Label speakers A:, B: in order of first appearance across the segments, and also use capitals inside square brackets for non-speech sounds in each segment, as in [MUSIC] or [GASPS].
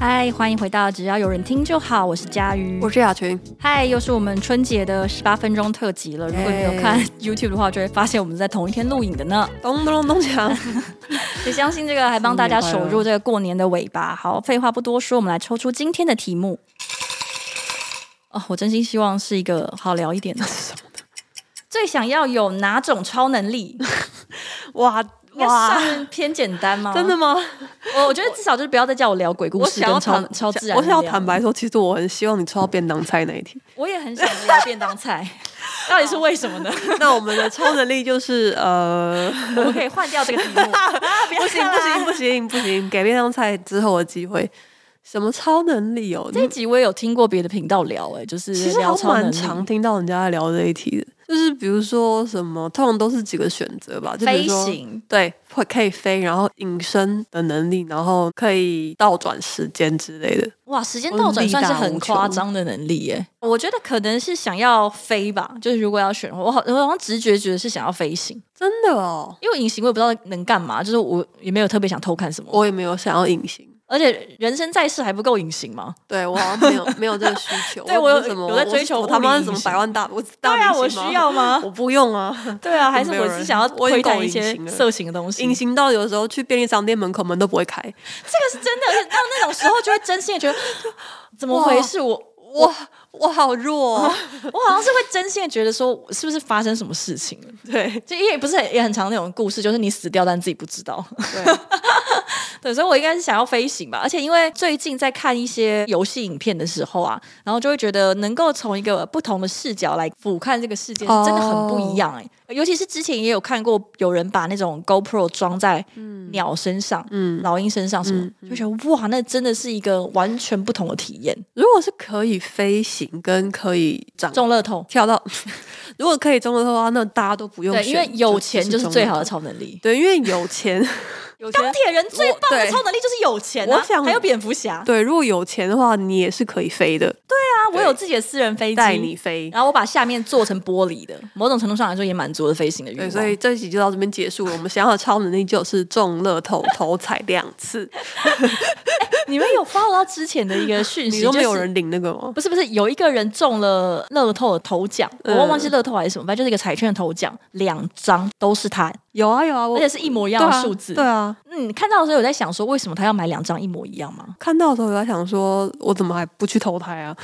A: 嗨，欢迎回到只要有人听就好，我是佳瑜，
B: 我是雅群。
A: 嗨，又是我们春节的十八分钟特辑了。如果你有看 YouTube 的话，就会发现我们在同一天录影的呢。
B: 咚咚咚咚锵！ [LAUGHS]
A: 也相信这个还帮大家守住这个过年的尾巴。好，废话不多说，我们来抽出今天的题目。哦，我真心希望是一个好聊一点 [LAUGHS] 的。最想要有哪种超能 [LAUGHS] 力？
B: 哇
A: 应该算偏简单吗？
B: 真的吗？
A: 我我觉得至少就是不要再叫我聊鬼故
B: 我
A: 事
B: 想要
A: 跟超
B: 坦
A: 超自然
B: 我想要
A: 聊
B: 坦白说，其实我很希望你抽到便当菜那一 [LAUGHS] 题。
A: 我也很想聊便当 [LAUGHS] 菜，到底是为什么呢？
B: 那我们的超能力就是 [LAUGHS] 呃，
A: 我们可以换掉这个 [LAUGHS] 题目。
B: 不行不行不行不行，给便当菜之后的机会。什么超能力哦？
A: 这一集我也有听过别的频道聊、哎，就是
B: 其实
A: 聊
B: 好像
A: 超能
B: 蛮
A: 力
B: 常听到人家在聊这一题的，就是比如说什么，通常都是几个选择吧，就比
A: 飞
B: 如说
A: 行，
B: 对，会可以飞，然后隐身的能力，然后可以倒转时间之类的。
A: 哇，时间倒转算是很夸张的能力耶、我觉得可能是想要飞吧，就是如果要选，我好我好像直觉觉得是想要飞行，
B: 真的哦，
A: 因为隐形我也不知道能干嘛，就是我也没有特别想偷看什么，
B: 我也没有想要隐形。
A: 而且人生在世还不够隐形吗？
B: 对我好像没有没有这个需
A: [LAUGHS]
B: 求。
A: 对
B: 我
A: 我有
B: 不是什么
A: 有在追
B: 我
A: 求
B: 我他
A: 物
B: 妈
A: 理
B: 是什么
A: 隐
B: 百万大我大
A: 对啊，我
B: 明星吗
A: 需，要吗？
B: [LAUGHS] 我不
A: [LAUGHS]
B: 用啊。
A: 对啊，还是
B: 没有
A: 我
B: 人
A: 只是想要
B: 我已
A: 窥
B: 经够
A: 探一
B: 隐
A: 些
B: 形了
A: 色情的东西，
B: 隐形到有时候去便利商店门口门都不会开，
A: 这个是真的，是到那种时候就会真心的觉得 [GASPS] 怎么回事，我
B: 我我好弱、
A: [LAUGHS]
B: 哦。
A: 我好像是会真心的觉得说，是不是发生什么事情了？
B: 对
A: 就也不是很也很常那种故事，就是你死掉但自己不知道。 [LAUGHS]
B: 对，
A: 对，所以我应该是想要飞行吧。而且因为最近在看一些游戏影片的时候啊，然后就会觉得能够从一个不同的视角来俯瞰这个世界，
B: 哦
A: 真的很不一样哎、尤其是之前也有看过有人把那种 GoPro 装在鸟身上、
B: [LAUGHS] 嗯，
A: 老鹰身上什么，就觉得哇，那真的是一个完全不同的体验。
B: 如果是可以飞行跟可以长
A: 中乐透，
B: [LAUGHS] 跳到，如果可以中的话，那大家都不用
A: 对，
B: 选
A: 因为有钱就是最好。
B: 中
A: 的
B: 了
A: 超能力。啊
B: 对，因为有钱，
A: [LAUGHS]
B: [LAUGHS] 有
A: 钢铁人最棒的
B: 我对
A: 超能力就是有钱啊
B: 我，想
A: 还有蝙蝠侠。对
B: 对，如果有钱的话，你也是可以飞的，
A: 啊，我有自己的私人飞
B: 带
A: 机，
B: 你飞。
A: 然后我把下面做成玻璃的，某种程度上来说也满足了飞行的欲
B: 对，
A: 望。
B: 所以这一集就到这边结束了。我们想要的超能力就是中乐透、头彩两
A: [LAUGHS]
B: 次。
A: 你们有 follow 到之前的一个讯息，
B: 你都没有
A: 就是
B: 人领那个吗？
A: 不是不是，有一个人中了乐透的头奖，我忘
B: 嗯
A: 忘记乐透还是什么，反正就是一个彩券的头奖，两张都是他，
B: 有啊有啊，我
A: 而且是一模一
B: 对
A: 样的
B: 啊
A: 数字。
B: 对啊，
A: 嗯，看到的时候有在想说，为什么他要买两张一模一样吗？
B: 看到的时候我在想说，我怎么还不去投胎啊？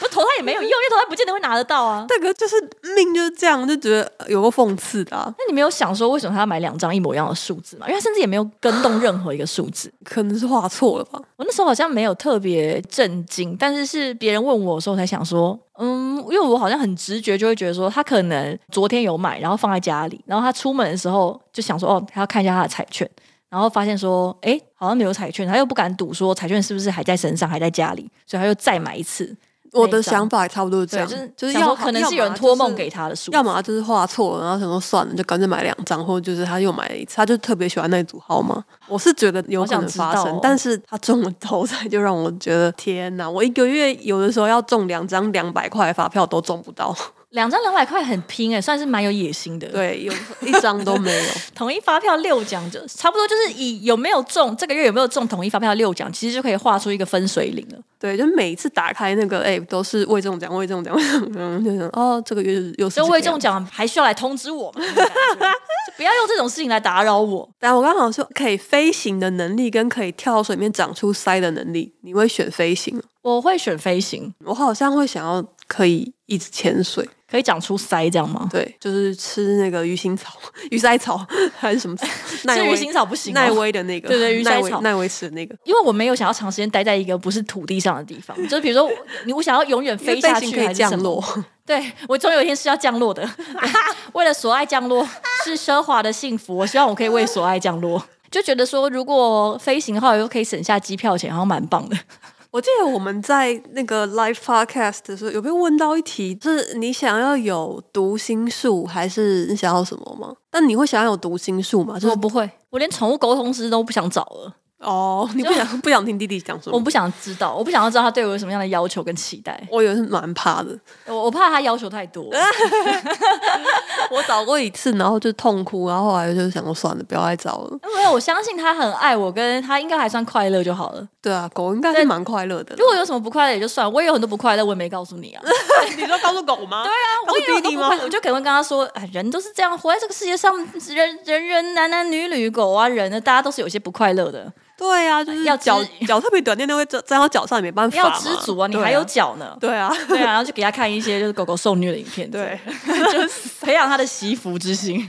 A: 不，投胎也没有用，因为投胎不见得会拿得到啊。
B: 这个就是命就是这样，就觉得呃有个讽刺的、啊，
A: 那你没有想说为什么他要买两张一模一样的数字吗？因为他甚至也没有跟动任何一个数字。
B: 可能是画错了吧？
A: 我那时候好像没有特别震惊，但是是别人问我的时候，我才想说，嗯，因为我好像很直觉就会觉得说，他可能昨天有买，然后放在家里，然后他出门的时候就想说，哦，他要看一下他的彩券，然后发现说，哎，好像没有彩券，他又不敢赌说彩券是不是还在身上，还在家里，所以他又再买一次。
B: 我的想法也差不多是这
A: 对，
B: 样，
A: 就是
B: 啊就是
A: 想
B: 要
A: 说可能是有人托梦给，他的数字，
B: 要么就是要么就是画错了，然后想说算了，就干脆买两张，或者就是他又买了一次，他就特别喜欢那一组号码。我是觉得有可能发
A: 好想知
B: 生，
A: 道哦
B: 但是他中了头彩就让我觉得天哪！我一个月有的时候要中两张两百块的发票都中不到，
A: 两张两百块很拼哎、算是蛮有野心的。
B: [LAUGHS] 对，有一张都没有。
A: 统一发票六奖就差不多，就是以有没有中这个月有没有中统一发票六奖，其实就可以画出一个分水岭了。
B: [LAUGHS] 对，就每一次打开那个 app 都是未中奖、未中奖、未中奖，就想哦，这个月又是
A: 所以
B: 这
A: 未
B: 个样
A: 中奖还需要来通知我吗？那种感觉就不要用这种事情来打扰我。
B: 但我刚好说可以飞行的能力跟可以跳到水面长出鳃的能力，你会选飞行吗？
A: 我会选飞行，
B: 我好像会想要可以一直潜水，
A: 可以长出鳃这样吗？
B: 对，就是吃那个鱼腥草、 [LAUGHS] 鱼鳃草还是什
A: [LAUGHS]
B: 么草奈
A: 吃鱼
B: 威
A: 腥草不行、
B: 奈
A: 哦，
B: 威的那个，
A: 对对鱼鳃
B: 奈威
A: 草
B: 奈威吃的那个。
A: 因为我没有想要长时间待在一个不是土地上的地方，就是比如说我你我想要永远
B: 因为
A: [LAUGHS] 飞下
B: 行
A: 去
B: 可
A: 还
B: 以
A: 是
B: 降
A: 什么
B: 落， [LAUGHS]
A: 对我总有一天是要降落的。 [LAUGHS] 为了所爱降落是奢华的幸福，我希望我可以为所爱降落。就觉得说，如果飞行的话，又可以省下机票钱，好像蛮棒的。
B: 我记得我们在那个 live podcast 的时候，有被问到一题，就是你想要有读心术，还是你想要什么吗？那你会想要有读心术吗？就
A: 我
B: 是
A: 不会，我连宠物沟通师都不想找了，
B: 哦， [LAUGHS] 你不想不想听弟弟讲什
A: 我
B: 么？
A: 不想知道，我不想要知道他对我有什么样的要求跟期待，
B: 我也是蛮怕的， [LAUGHS]
A: 我我怕他要求太多。
B: 我找过一次，然后就痛哭，然后后来就是想说算了，不要再找了。
A: 没有，我相信他很爱我，跟他应该还算快乐就好了。
B: 对啊，狗应该是
A: 对
B: 蛮快乐的啦。
A: 如果有什么不快乐也就算，我也有很多不快乐，我也没告诉你啊。
B: 你说告诉狗吗？ [LAUGHS]
A: 对
B: 对
A: 啊，
B: 他
A: 我
B: 会
A: 也有
B: 逼
A: 很
B: 你
A: 多不
B: 吗
A: 快乐，我就可能会跟他说，哎，人都是这样，活在这个世界上，人人人男男女女狗啊人呢，大家都是有一些不快乐的，
B: 对啊，就是
A: 呃要
B: 脚
A: 知
B: 脚特别短，那那会粘粘到脚上也没办法嘛。
A: 要知足啊，你还有脚呢。
B: [LAUGHS]
A: [LAUGHS]
B: 对啊，
A: 对啊，然后就给他看一些就是狗狗受虐的影片，
B: [LAUGHS] 对，啊
A: [LAUGHS] 就是培养他的惜福之心。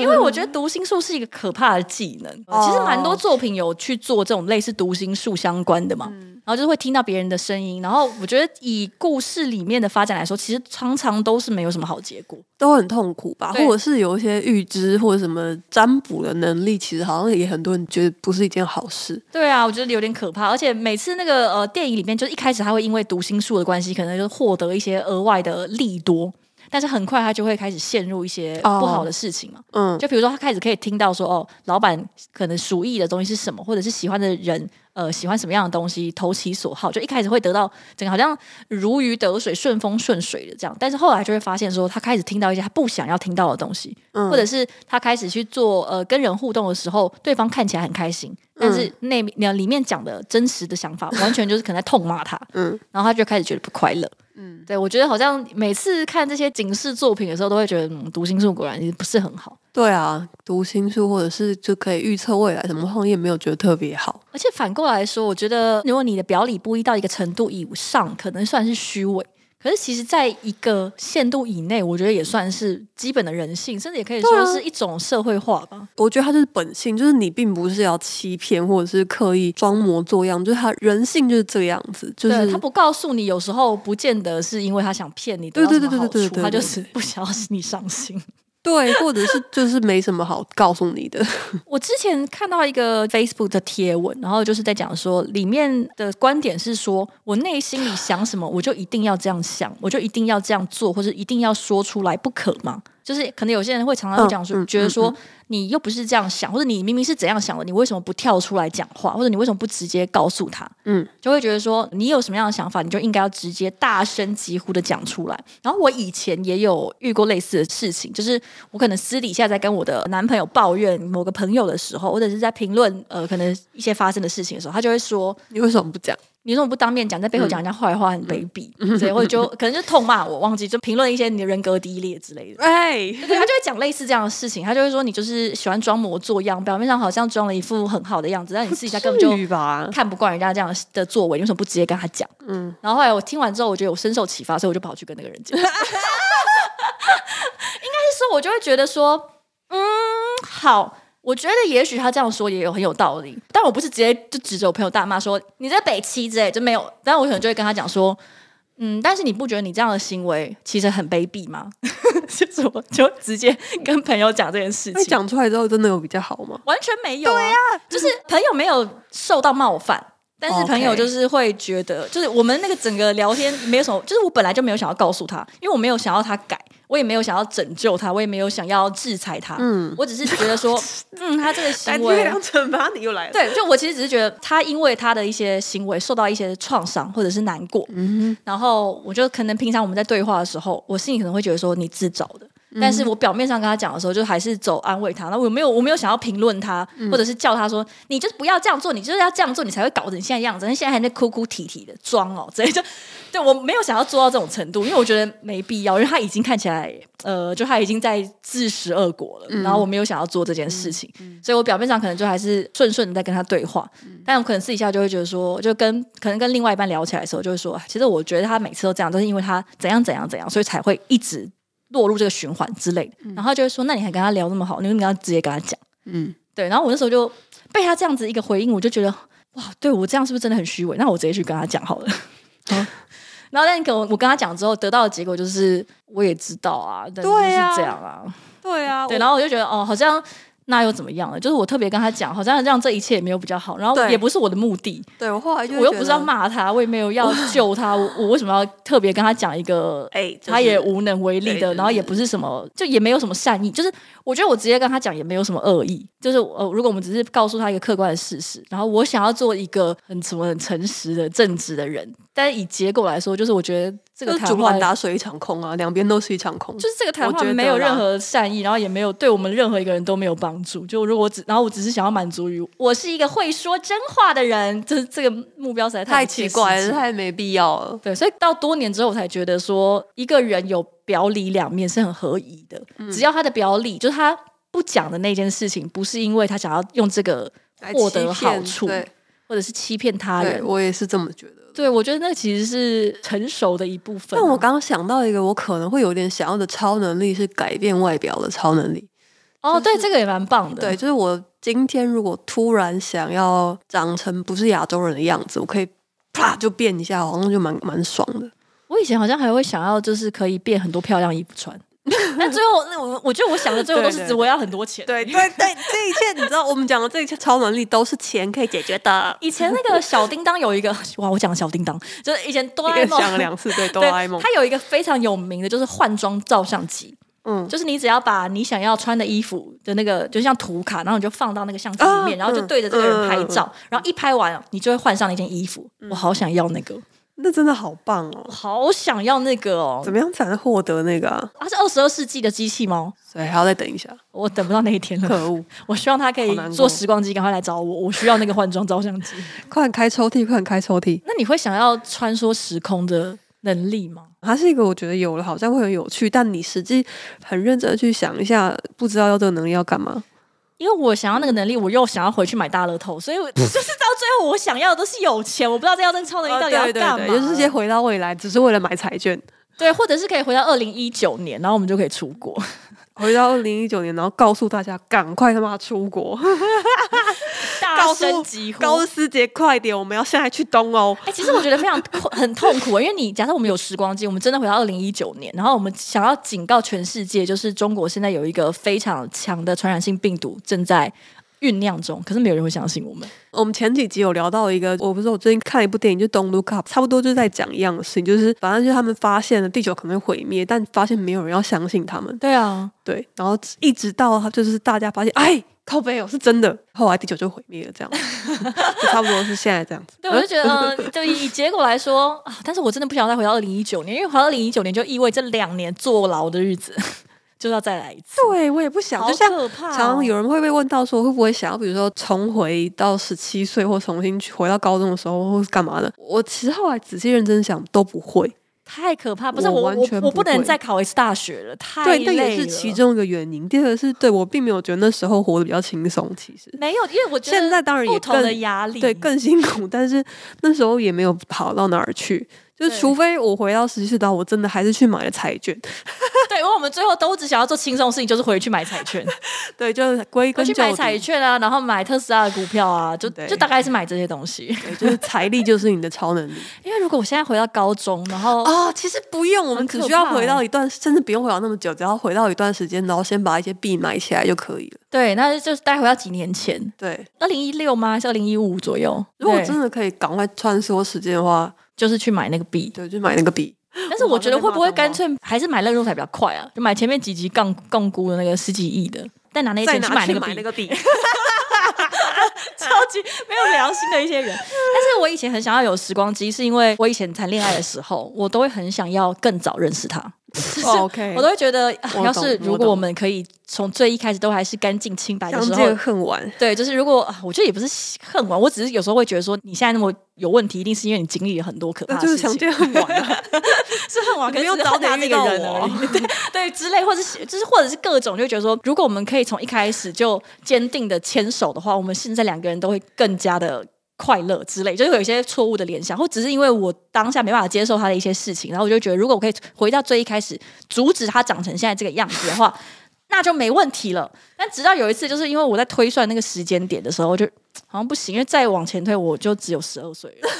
A: 因为我觉得读心术是一个可怕的技能，
B: 嗯哦
A: 其实蛮多作品有去做这种类似读心术相关的嘛，
B: 嗯
A: 然后就是会听到别人的声音，然后我觉得以故事里面的发展来说，其实常常都是没有什么好结果。
B: 都很痛苦吧，
A: 对
B: 或者是有一些预知或者什么占卜的能力，其实好像也很多人觉得不是一件好事。
A: 对啊，我觉得有点可怕，而且每次那个呃电影里面，就是一开始他会因为读心术的关系，可能就获得一些额外的利多，但是很快他就会开始陷入一些
B: 哦
A: 不好的事情嘛。
B: 嗯，
A: 就比如说，他开始可以听到说，哦，老板可能鼠疫的东西是什么，或者是喜欢的人，呃，喜欢什么样的东西，投其所好，就一开始会得到整个好像如鱼得水、顺风顺水的这样。但是后来就会发现说，他开始听到一些他不想要听到的东西，
B: 嗯
A: 或者是他开始去做呃跟人互动的时候，对方看起来很开心，但是
B: 嗯
A: 内那里面讲的真实的想法，完全就是可能在痛骂他，
B: 嗯
A: 然后他就开始觉得不快乐。嗯，对，我觉得好像每次看这些警示作品的时候，都会觉得，嗯，读心术果然不是很好。
B: 对啊，读心术或者是就可以预测未来什么行业，没有觉得特别好。
A: 而且反过来说，我觉得如果你的表里不一到一个程度以上，可能算是虚伪。可是其实，在一个限度以内，我觉得也算是基本的人性，甚至也可以
B: 对
A: 说
B: 啊
A: 是一种社会化吧。
B: 我觉得它就是本性，就是你并不是要欺骗或者是刻意装模作样，就是它人性就是这个样子，就
A: 对
B: 是
A: 他不告诉你，有时候不见得是因为他想骗你得到
B: 对
A: 什么
B: 对对
A: 好
B: 对对
A: 处，
B: 对
A: 他就
B: 对
A: 是不想要使你伤心。
B: 对，或者是就是没什么好告诉你的。 [LAUGHS]
A: 我之前看到一个 Facebook 的贴文，然后就是在讲说，里面的观点是说，我内心里想什么，我就一定要这样想，我就一定要这样做，或者一定要说出来，不可吗？就是可能有些人会常常会讲说，
B: 嗯嗯
A: 觉得说、你又不是这样想，或者你明明是怎样想的，你为什么不跳出来讲话，或者你为什么不直接告诉他？
B: 嗯
A: 嗯，就会觉得说你有什么样的想法，你就应该要直接大声疾呼的讲出来。然后我以前也有遇过类似的事情，就是我可能私底下在跟我的男朋友抱怨某个朋友的时候，或者是在评论呃可能一些发生的事情的时候，他就会说
B: 你为什么不
A: [LAUGHS]
B: 讲？
A: 你怎么不当面讲，在背后讲人家坏话很卑鄙，对，或者就可能就痛骂我，忘记就评论一些你的人格低劣之类的。
B: 哎，
A: 对，他就会讲类似这样的事情，他就会说你就是喜欢装模作样，表面上好像装了一副很好的样子，但你私底下根本就
B: 至于吧？
A: 看不惯人家这样的作为，你为什么不直接跟他讲？
B: 嗯
A: 嗯，然后后来我听完之后，我觉得我深受启发，所以我就跑去跟那个人讲。应该是说，我就会觉得说，嗯，好，我觉得也许他这样说也有很有道理，但我不是直接就指着我朋友大骂说你在北七之类，就没有。但我可能就会跟他讲说。嗯，但是你不觉得你这样的行为其实很卑鄙吗？ [LAUGHS] 就是我就直接跟朋友讲这件事
B: 那你
A: 情，
B: 讲出来之后真的有比较好吗？
A: 完全没有、啊。对呀、就是朋友没有受到冒犯，但是
B: OK
A: 朋友就是会觉得就是我们那个整个聊天没有什么，就是我本来就没有想要告诉他，因为我没有想要他改，我也没有想要拯救他，我也没有想要制裁他。
B: 嗯
A: 我只是觉得说， [LAUGHS] 嗯，他这个行为
B: 惩罚你又来了。
A: 对，就我其实只是觉得他因为他的一些行为受到一些创伤或者是难过，然后我就可能平常我们在对话的时候，我心里可能会觉得说你自找的，但是我表面上跟他讲的时候，就还是走安慰他，那我没有我没有想要评论他，或者是叫他说你就是不要这样做，你就是要这样做，你才会搞成你现在样子，你现在还在哭哭啼啼的装哦，所以就对我没有想要做到这种程度，因为我觉得没必要，因为他已经看起来，呃，就他已经在自食恶果了。然后我没有想要做这件事情，所以我表面上可能就还是顺顺的在跟他对话，但我可能私底下就会觉得说，就跟可能跟另外一半聊起来的时候，就会说，哎其实我觉得他每次都这样，都是因为他怎样怎样怎样，所以才会一直落入这个循环之类的。然后他就会说，那你还跟他聊那么好，你为什么要直接跟他讲？
B: [LAUGHS] 嗯，
A: 对，然后我那时候就被他这样子一个回应，我就觉得哇，对我这样是不是真的很虚伪？那我直接去跟他讲好
B: [LAUGHS]
A: 了。
B: 哦
A: 然后但可我我跟他讲之后，得到的结果就是我也知道啊，但是
B: 对啊
A: 就是这样啊，
B: 对啊，
A: 对。
B: 我
A: 然后我就觉得哦，好像那又怎么样了？就是我特别跟他讲，好像让这一切也没有比较好，然后
B: 对
A: 也不是我的目的，
B: 对我后来就
A: 我又不是
B: 知道
A: 要，骂他，我也没有要救他，我我为什么要特别跟他讲一个？
B: 哎，就是
A: 他也无能为力
B: 对就
A: 的，
B: 是
A: 然后也不是什么，就也没有什么善意，就是我觉得我直接跟他讲也没有什么恶意，就是呃，如果我们只是告诉他一个客观的事实，然后我想要做一个很什么很诚实的、正直的人，但是以结果来说，就是我觉得这个
B: 就是
A: 谈
B: 主
A: 话
B: 管打水一场空啊，两边都是一场空。
A: 就是这个谈
B: 我
A: 话
B: 觉得
A: 没有任
B: 啦
A: 何善意，然后也没有对我们任何一个人都没有帮助。就如果我只，然后我只是想要满足于我是一个会说真话的人，这这个目标实在
B: 太
A: 不切
B: 奇怪
A: 实
B: 了，
A: 际
B: 太没必要了。
A: 对，所以到多年之后，我才觉得说，一个人有表里两面是很合宜的。
B: 嗯
A: 只要他的表里，就是他不讲的那件事情，不是因为他想要用这个
B: 来
A: 获
B: 欺
A: 得好
B: 骗
A: 处，
B: 对，
A: 或者是欺骗他
B: 对
A: 人。
B: 我也是这么觉得。
A: 对，我觉得那其实是成熟的一部分啊。
B: 但我刚刚想到一个我可能会有点想要的超能力是改变外表的超能力。
A: 哦，对，
B: 就是
A: 这个也蛮棒的。
B: 对，就是我今天如果突然想要长成不是亚洲人的样子，我可以啪就变一下，好像就蛮蛮爽的。
A: 我以前好像还会想要，就是可以变很多漂亮衣服穿。 [LAUGHS] 但最后，那我我觉得我想的最后都是
B: 对对
A: 指我要很多钱。
B: 对对 [LAUGHS] 对，这一切你知道，我们讲的这一切超能力都是钱可以解决 [LAUGHS] 的。
A: 以前那个小叮当有一个， [LAUGHS] 哇，我讲小叮当，就是以前哆啦 A 梦
B: 想了两次，对哆
A: 对，
B: 啦 A 梦，
A: 它有一个非常有名的，就是换装照相机。
B: 嗯，
A: 就是你只要把你想要穿的衣服的那个，就像图卡，然后你就放到那个相机里面，
B: 啊
A: 然后就对着这个人拍照，
B: 嗯
A: 然后一拍完，你就会换上那件衣服。我好想要那个，
B: [LAUGHS] 那真的好棒
A: 我
B: 哦！
A: 好想要那个哦
B: 怎！么样才能获得那个啊？
A: 它是二十二世纪的机器猫，
B: 所以还要再等一下，
A: 我等不到那一天了。
B: 可恶！
A: [LAUGHS] 我希望它可
B: 好
A: 以
B: 难过
A: 做时光机，赶快来找我，我需要那个换装照
B: [LAUGHS]
A: 相机。
B: 快点开抽屉，快点开抽屉。
A: 那你会想要穿梭时空的能力吗？
B: 它是一个我觉得有了好像会很有趣，但你实际很认真地去想一下，不知道要这个能力要干嘛。
A: 因为我想要那个能力，我又想要回去买大乐透，所以我 [LAUGHS] 就是到最后我想要的都是有钱，我不知道这要这超能力到底
B: 哦
A: 要干嘛，
B: 就是先回到未来，只是为了买彩 [LAUGHS] 券。
A: 对，或者是可以回到二零一九年，然后我们就可以出国。
B: 回到二零一九年，然后告诉大家赶快他妈出国，
A: 大
B: 告诉
A: 声疾呼。
B: 高斯杰快点，我们要现在去东欧。
A: 哎、其实我觉得非常很痛苦，因为你假设我们有时光机，我们真的回到二零一九年，然后我们想要警告全世界，就是中国现在有一个非常强的传染性病毒正在酝酿中，可是没有人会相信我们。
B: 我们前几集有聊到一个，我不是我最近看一部电影，就《Don't Look Up》，差不多就在讲一样的事情，就是反正就是他们发现了地球可能会毁灭，但发现没有人要相信他们，
A: 对啊，
B: 对，然后一直到他就是大家发现，哎，靠背哦是真的，后来地球就毁灭了，这样，就差不多是现在这样子。
A: 对，我就觉得，嗯，就以结果来说啊，但是我真的不想再回到二零一九年，因为回到二零一九年就意味这两年坐牢的日子 [LAUGHS] 就要再来一次，
B: [LAUGHS] 对，我也不想，
A: 好
B: 就像
A: 可怕、哦。
B: 常常有人会被问到说，会不会想要，比如说重回到十七岁，或重新去回到高中的时候，或是干嘛的？我其实后来仔细认真想，都不会。
A: 太可怕，不是
B: 我
A: 我
B: 完
A: 我
B: 全
A: 我不
B: 不
A: 能
B: 会
A: 再考一次大学了，太
B: 对，那也
A: 累
B: 是
A: 了
B: 其中一个原因。第二个是对我并没有觉得那时候活得比较轻松，其实
A: 没有，因为我觉得
B: 现在当然也
A: 不同的
B: 更
A: 压力，
B: 对更辛苦，但是那时候也没有好到哪儿去。就是
A: 对
B: 除非我回到十七岁，然后我真的还是去买了彩券，
A: 对，因为我们最后都只想要做轻松的事情，就是回去买彩
B: [LAUGHS]
A: 券，
B: 对，就是归
A: 回
B: 根
A: 去
B: 究
A: 买彩
B: 底，
A: 券啊，然后买特斯拉的股票啊，就
B: 对
A: 就大概是买这些东西。 [LAUGHS]
B: 对就是财力就是你的超能力
A: 因为如果我现在回到高中，然后、
B: 哦。其实不用，我
A: 很
B: 们只
A: 可
B: 需要
A: 怕欸
B: 回到一段，甚至不用回到那么久，只要回到一段时间，然后先把一些币买起来就可以了。
A: 对，那就是大概回到几年前，
B: 对，
A: 二零一六吗？还是二零一五左右？
B: 如果
A: 对
B: 真的可以赶快穿梭时间的话，
A: 就是去买那个币，
B: 对，就买那个币。
A: 但是我觉得会不会干
B: 哇
A: 脆还是买乐透彩比较快啊？就买前面几集杠杠估的那个十几亿的，再拿那些
B: 再
A: 钱
B: 拿
A: 哎买
B: 去
A: 那个币
B: 买那，个
A: [LAUGHS]
B: 币，[LAUGHS]
A: 超级没有良心的一些人。但是我以前很想要有时光机，是因为我以前谈恋爱的时候，我都会很想要更早认识他。就是
B: 哦，OK
A: 我都会觉得，啊
B: [LAUGHS] 我
A: 要是
B: 懂
A: 如
B: 我
A: 果
B: 懂
A: 我们可以从最一开始都还是干净清白的
B: 相
A: 时候
B: 见，恨晚。
A: 对，就是如果啊我觉得也不是恨我，我只是有时候会觉得说，你现在那么有问题，一定是因为你经历了很多可怕
B: 那
A: 的
B: 就是
A: 事情，
B: 相见恨晚啊！
A: [LAUGHS] 是恨我，
B: 你
A: 可是
B: 没有
A: 只是
B: 早
A: 恨他
B: 点
A: 这
B: 遇
A: 个
B: 到
A: 人
B: 我
A: 而 [LAUGHS] 已，对对之类，或者是就是或者是各种，就会觉得说，如果我们可以从一开始就坚定的牵手的话，我们现在两个人都会更加的。快乐之类，就是会有一些错误的联想，或只是因为我当下没办法接受他的一些事情，然后我就觉得，如果我可以回到最一开始，阻止他长成现在这个样子的话，那就没问题了。但直到有一次，就是因为我在推算那个时间点的时候，我就好像不行，因为再往前推，我就只有十二岁了。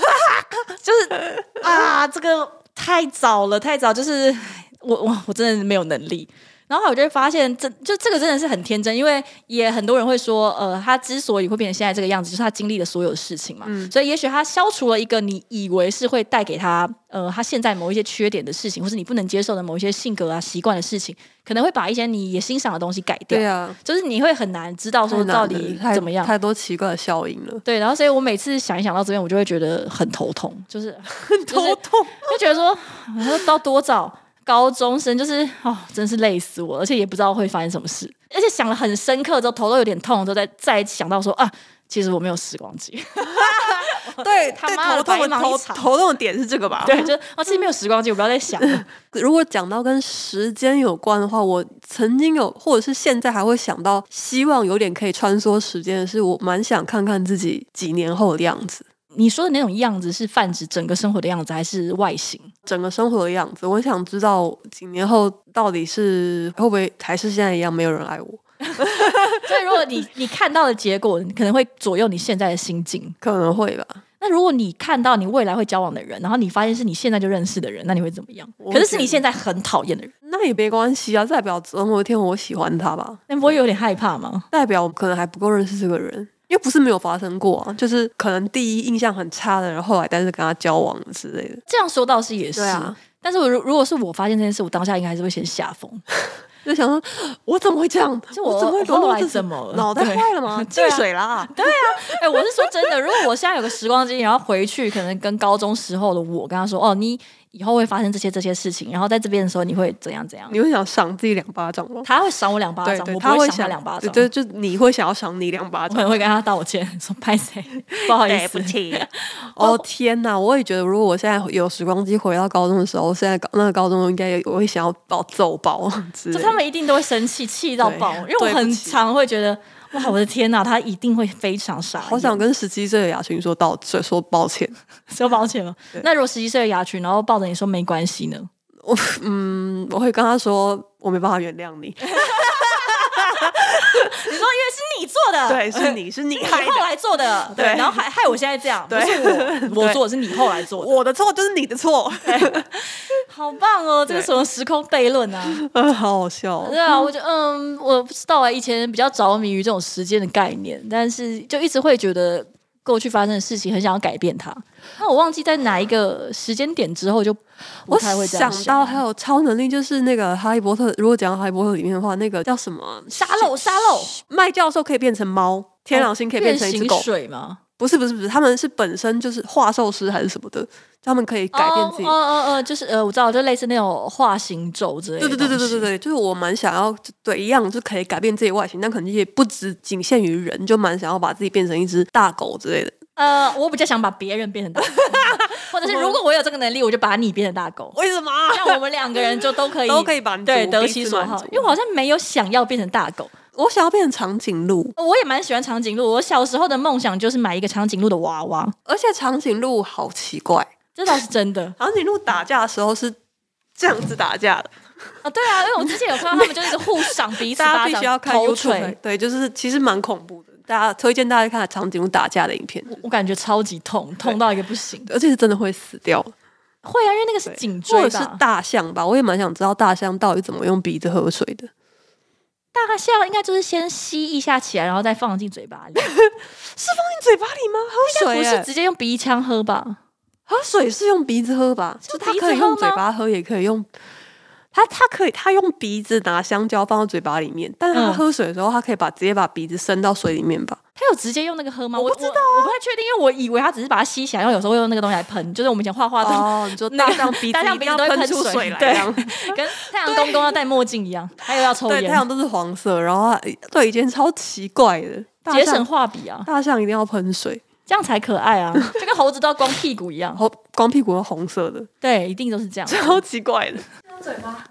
A: [LAUGHS] 就是 [SIGHS] 啊，这个太早了，太早，就是唉我我我真的没有能力。然后我就会发现，这就这个真的是很天真，因为也很多人会说，呃，他之所以会变成现在这个样子，就是他经历了所有事情嘛。嗯所以也许他消除了一个你以为是会带给他，呃，他现在某一些缺点的事情，或是你不能接受的某一些性格啊、习惯的事情，可能会把一些你也欣赏的东西改掉。
B: 对啊，
A: 就是你会很难知道
B: 太
A: 说
B: 难
A: 到
B: 了
A: 底
B: 太
A: 怎么样。
B: 太多奇怪的效应了，
A: 对，然后所以我每次想一想到这边，我就会觉得很头痛，就是 [LAUGHS]
B: 很
A: [LAUGHS] 头 [LAUGHS]
B: 痛。
A: 就觉得说，啊到多早高中生就是哦，真是累死我，而且也不知道会发生什么事，而且想了很深刻之后，头都有点痛，之后再再想到说啊，其实我没有时光机，
B: [LAUGHS]
A: [LAUGHS]
B: 对，
A: 他
B: 对
A: 妈的
B: 头痛
A: 白
B: 的
A: 忙一
B: 头
A: 场
B: 头痛的点是这个吧？
A: 对，就哦，其实没有时光机，我不要再想了。
B: [LAUGHS]
A: [LAUGHS]
B: 如果讲到跟时间有关的话，我曾经有，或者是现在还会想到，希望有点可以穿梭时间的是，我蛮想看看自己几年后的样子，
A: 你说的那种样子是泛指整个生活的样子，还是外形？ [LAUGHS]
B: 整个生活的样子。我想知道几年后到底是会不会还是现在一样没有人爱我，
A: 所以如果你你看到的结果，可能会左右你现在的心境。
B: 可能会吧。
A: 那如果你看到你未来会交往的人，然后你发现是你现在就认识的人，那你会怎么样？
B: 我
A: 可是是
B: 觉
A: 你
B: 得
A: 现在很讨厌的人，
B: 那也没关系啊，代表总有一天我喜欢他吧，
A: [LAUGHS] 那你不会有点害怕吗？
B: 代表我可能还不够认识这个人。因为不是没有发生过啊，就是可能第一印象很差的，然后后来但是跟他交往之类的。
A: 这样说倒是也是，
B: 对啊
A: 但是我如如果是我发现这件事，我当下应该还是会先吓 [LAUGHS] 疯，
B: 就想说，我怎么会这样？
A: 就
B: 我
A: 我
B: 怎么会沦
A: 后
B: 落
A: 来
B: 这
A: 怎么了
B: 脑袋
A: 对
B: 坏了吗？
A: 对
B: 进
A: 啊
B: 水啦！
A: 哎、我是说真的，如果我现在有个时光机，然后回去，可能跟高中时候的我跟他说，哦，你以后会发生这些这些事情，然后在这边的时候你会怎样怎样，
B: 你会想赏自己两巴掌吗？
A: [LAUGHS] 他会赏我两巴
B: 对
A: 掌，
B: 对，
A: 我不
B: 他
A: 会
B: 会
A: 赏他
B: 想
A: 两巴掌，
B: 对，对就你会想要赏你两巴
A: [LAUGHS] 我可能
B: 掌。
A: 会跟他道歉，说 [LAUGHS] 拍谁，不好意思，
B: 起。哦天哪！我也觉得，如果我现在有时光机回到高中的时候，我现在高那个高中应该也我会想要把我揍爆之类
A: 就
B: 的。
A: 他们一定都会生气，气到
B: 对
A: 爆，因为我
B: 对不
A: 很
B: 起
A: 常会觉得，哇，我的天哪，他一定会非常傻眼，
B: 好想跟十七岁的雅群说道歉，说抱歉。
A: 说抱歉了
B: 对。
A: 那如果十一岁的牙群，然后抱着你说没关系呢？
B: 我嗯，我会跟他说，我没办法原谅你。
A: 你说因为是你做的，
B: [LAUGHS] 对，是你是你
A: 你
B: 害的
A: 后，来做的，对，
B: 对
A: 然后还害我现在这样，不
B: 对
A: 是我我
B: 对
A: 做的，是你后来做的，
B: 我的错就是你的错。 [LAUGHS]
A: 好棒哦！这个
B: 对
A: 什么时空悖论啊？
B: 嗯，好好笑哦。
A: 对啊，我就嗯，我不知道啊，以前比较着迷于这种时间的概念，但是就一直会觉得。过去发生的事情，很想要改变它。那我忘记在哪一个时间点之后，就不
B: 我
A: 太会这样
B: 想到还有超能力，就是那个《哈利波特》，如果讲到《哈利波特》里面的话，那个叫什么啊
A: 沙漏，沙漏，
B: 麦教授可以变成猫，天狼星可以哦变成一只狗。
A: 水吗？
B: 不是不是不是，他们是本身就是化兽师还是什么的，他们可以改变自己。
A: 哦哦哦哦，就是呃，我知道，就类似那种化形咒之类的。
B: 对对对对对对。对，就是我蛮想要，就对一样就可以改变自己外形，但可能也不只仅限于人，就蛮想要把自己变成一只大狗之类的。
A: 呃，我比较想把别人变成大狗，
B: [LAUGHS]
A: 或者是如果我有这个能力，我就把你变成大狗，
B: 为什么啊？ [LAUGHS]
A: 这样我们两个人就都可以
B: 都可以满足
A: 对得
B: 彼
A: 其
B: 此
A: 所
B: 满
A: 好
B: 足。
A: 因为我好像没有想要变成大狗，
B: 我想要变成长颈鹿，
A: 我也蛮喜欢长颈鹿。我小时候的梦想就是买一个长颈鹿的娃娃，
B: 而且长颈鹿好奇怪，
A: 这倒是真
B: [LAUGHS]
A: 的
B: 长颈鹿打架的时候是这样子打架的。
A: 啊。对啊，因为我之前有看到他们就是互赏彼此
B: [LAUGHS] 大家
A: 巴
B: 必须要
A: 掌、
B: 看
A: 头
B: YouTube，
A: 锤，
B: 对，就是其实蛮恐怖的。大家推荐大家看长颈鹿打架的影片，
A: 我感觉超级痛，痛到一个不行。
B: 而且是真的会死掉，
A: 会啊，因为那个是
B: 对
A: 颈
B: 或
A: 椎
B: 者是
A: 吧？
B: 大象吧。我也蛮想知道大象到底怎么用鼻子喝水的，
A: 大象应该就是先吸一下起来，然后再放进嘴巴里。
B: 你嘴巴里吗？喝水啊
A: 不
B: 耶
A: 是直接用鼻腔喝吧？
B: 喝水是用鼻子喝吧？
A: 是
B: 就
A: 用
B: 它
A: 鼻子
B: 可以
A: 喝
B: 用嘴
A: 吗
B: 巴喝，也可以用。它它可以，它用鼻子拿香蕉放到嘴巴里面，但是它
A: 嗯
B: 喝水的时候，它可以把直接把鼻子伸到水里面吧？
A: 他有直接用那个喝吗？
B: 我
A: 我
B: 不知道啊
A: 我，我不太确定，因为我以为他只是把它吸起来，然后有时候会用那个东西来喷，就是我们以前画画都、
B: 哦，你说
A: 那
B: 大
A: 个
B: 象鼻子
A: 大象
B: 一
A: 鼻
B: 定
A: 子都
B: 要
A: 会
B: 喷
A: 喷
B: 出
A: 水
B: 水来，
A: 对
B: 这样
A: 跟太阳公公要戴墨镜一样，还有要抽
B: 对，太
A: 烟，
B: 阳都是黄色，然后它对以前超奇怪的，大
A: 节
B: 象
A: 省画笔啊，
B: 大象一定要喷水，
A: 这样才可爱
B: [LAUGHS]
A: 啊，就跟猴子都要光屁股一样
B: 然，后光屁股是红色的，
A: 对，一定都是这样。
B: [LAUGHS] 超奇怪的。用嘴巴。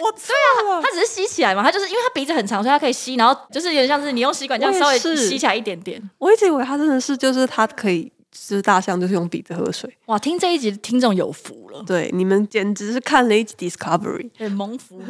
B: 我错了，
A: 它只是吸起来嘛，它就是因为它鼻子很长，所以它可以吸，然后就是有点像是你用吸管这样稍
B: 我
A: 微
B: 也是
A: 吸起来一点点。
B: 我一直以为它真的是，就是它可以，就是大象就是用鼻子喝水。
A: 哇，听这一集的听众有福了，
B: [LAUGHS] 对，你们简直是看了一集 Discovery。
A: 对，蒙福。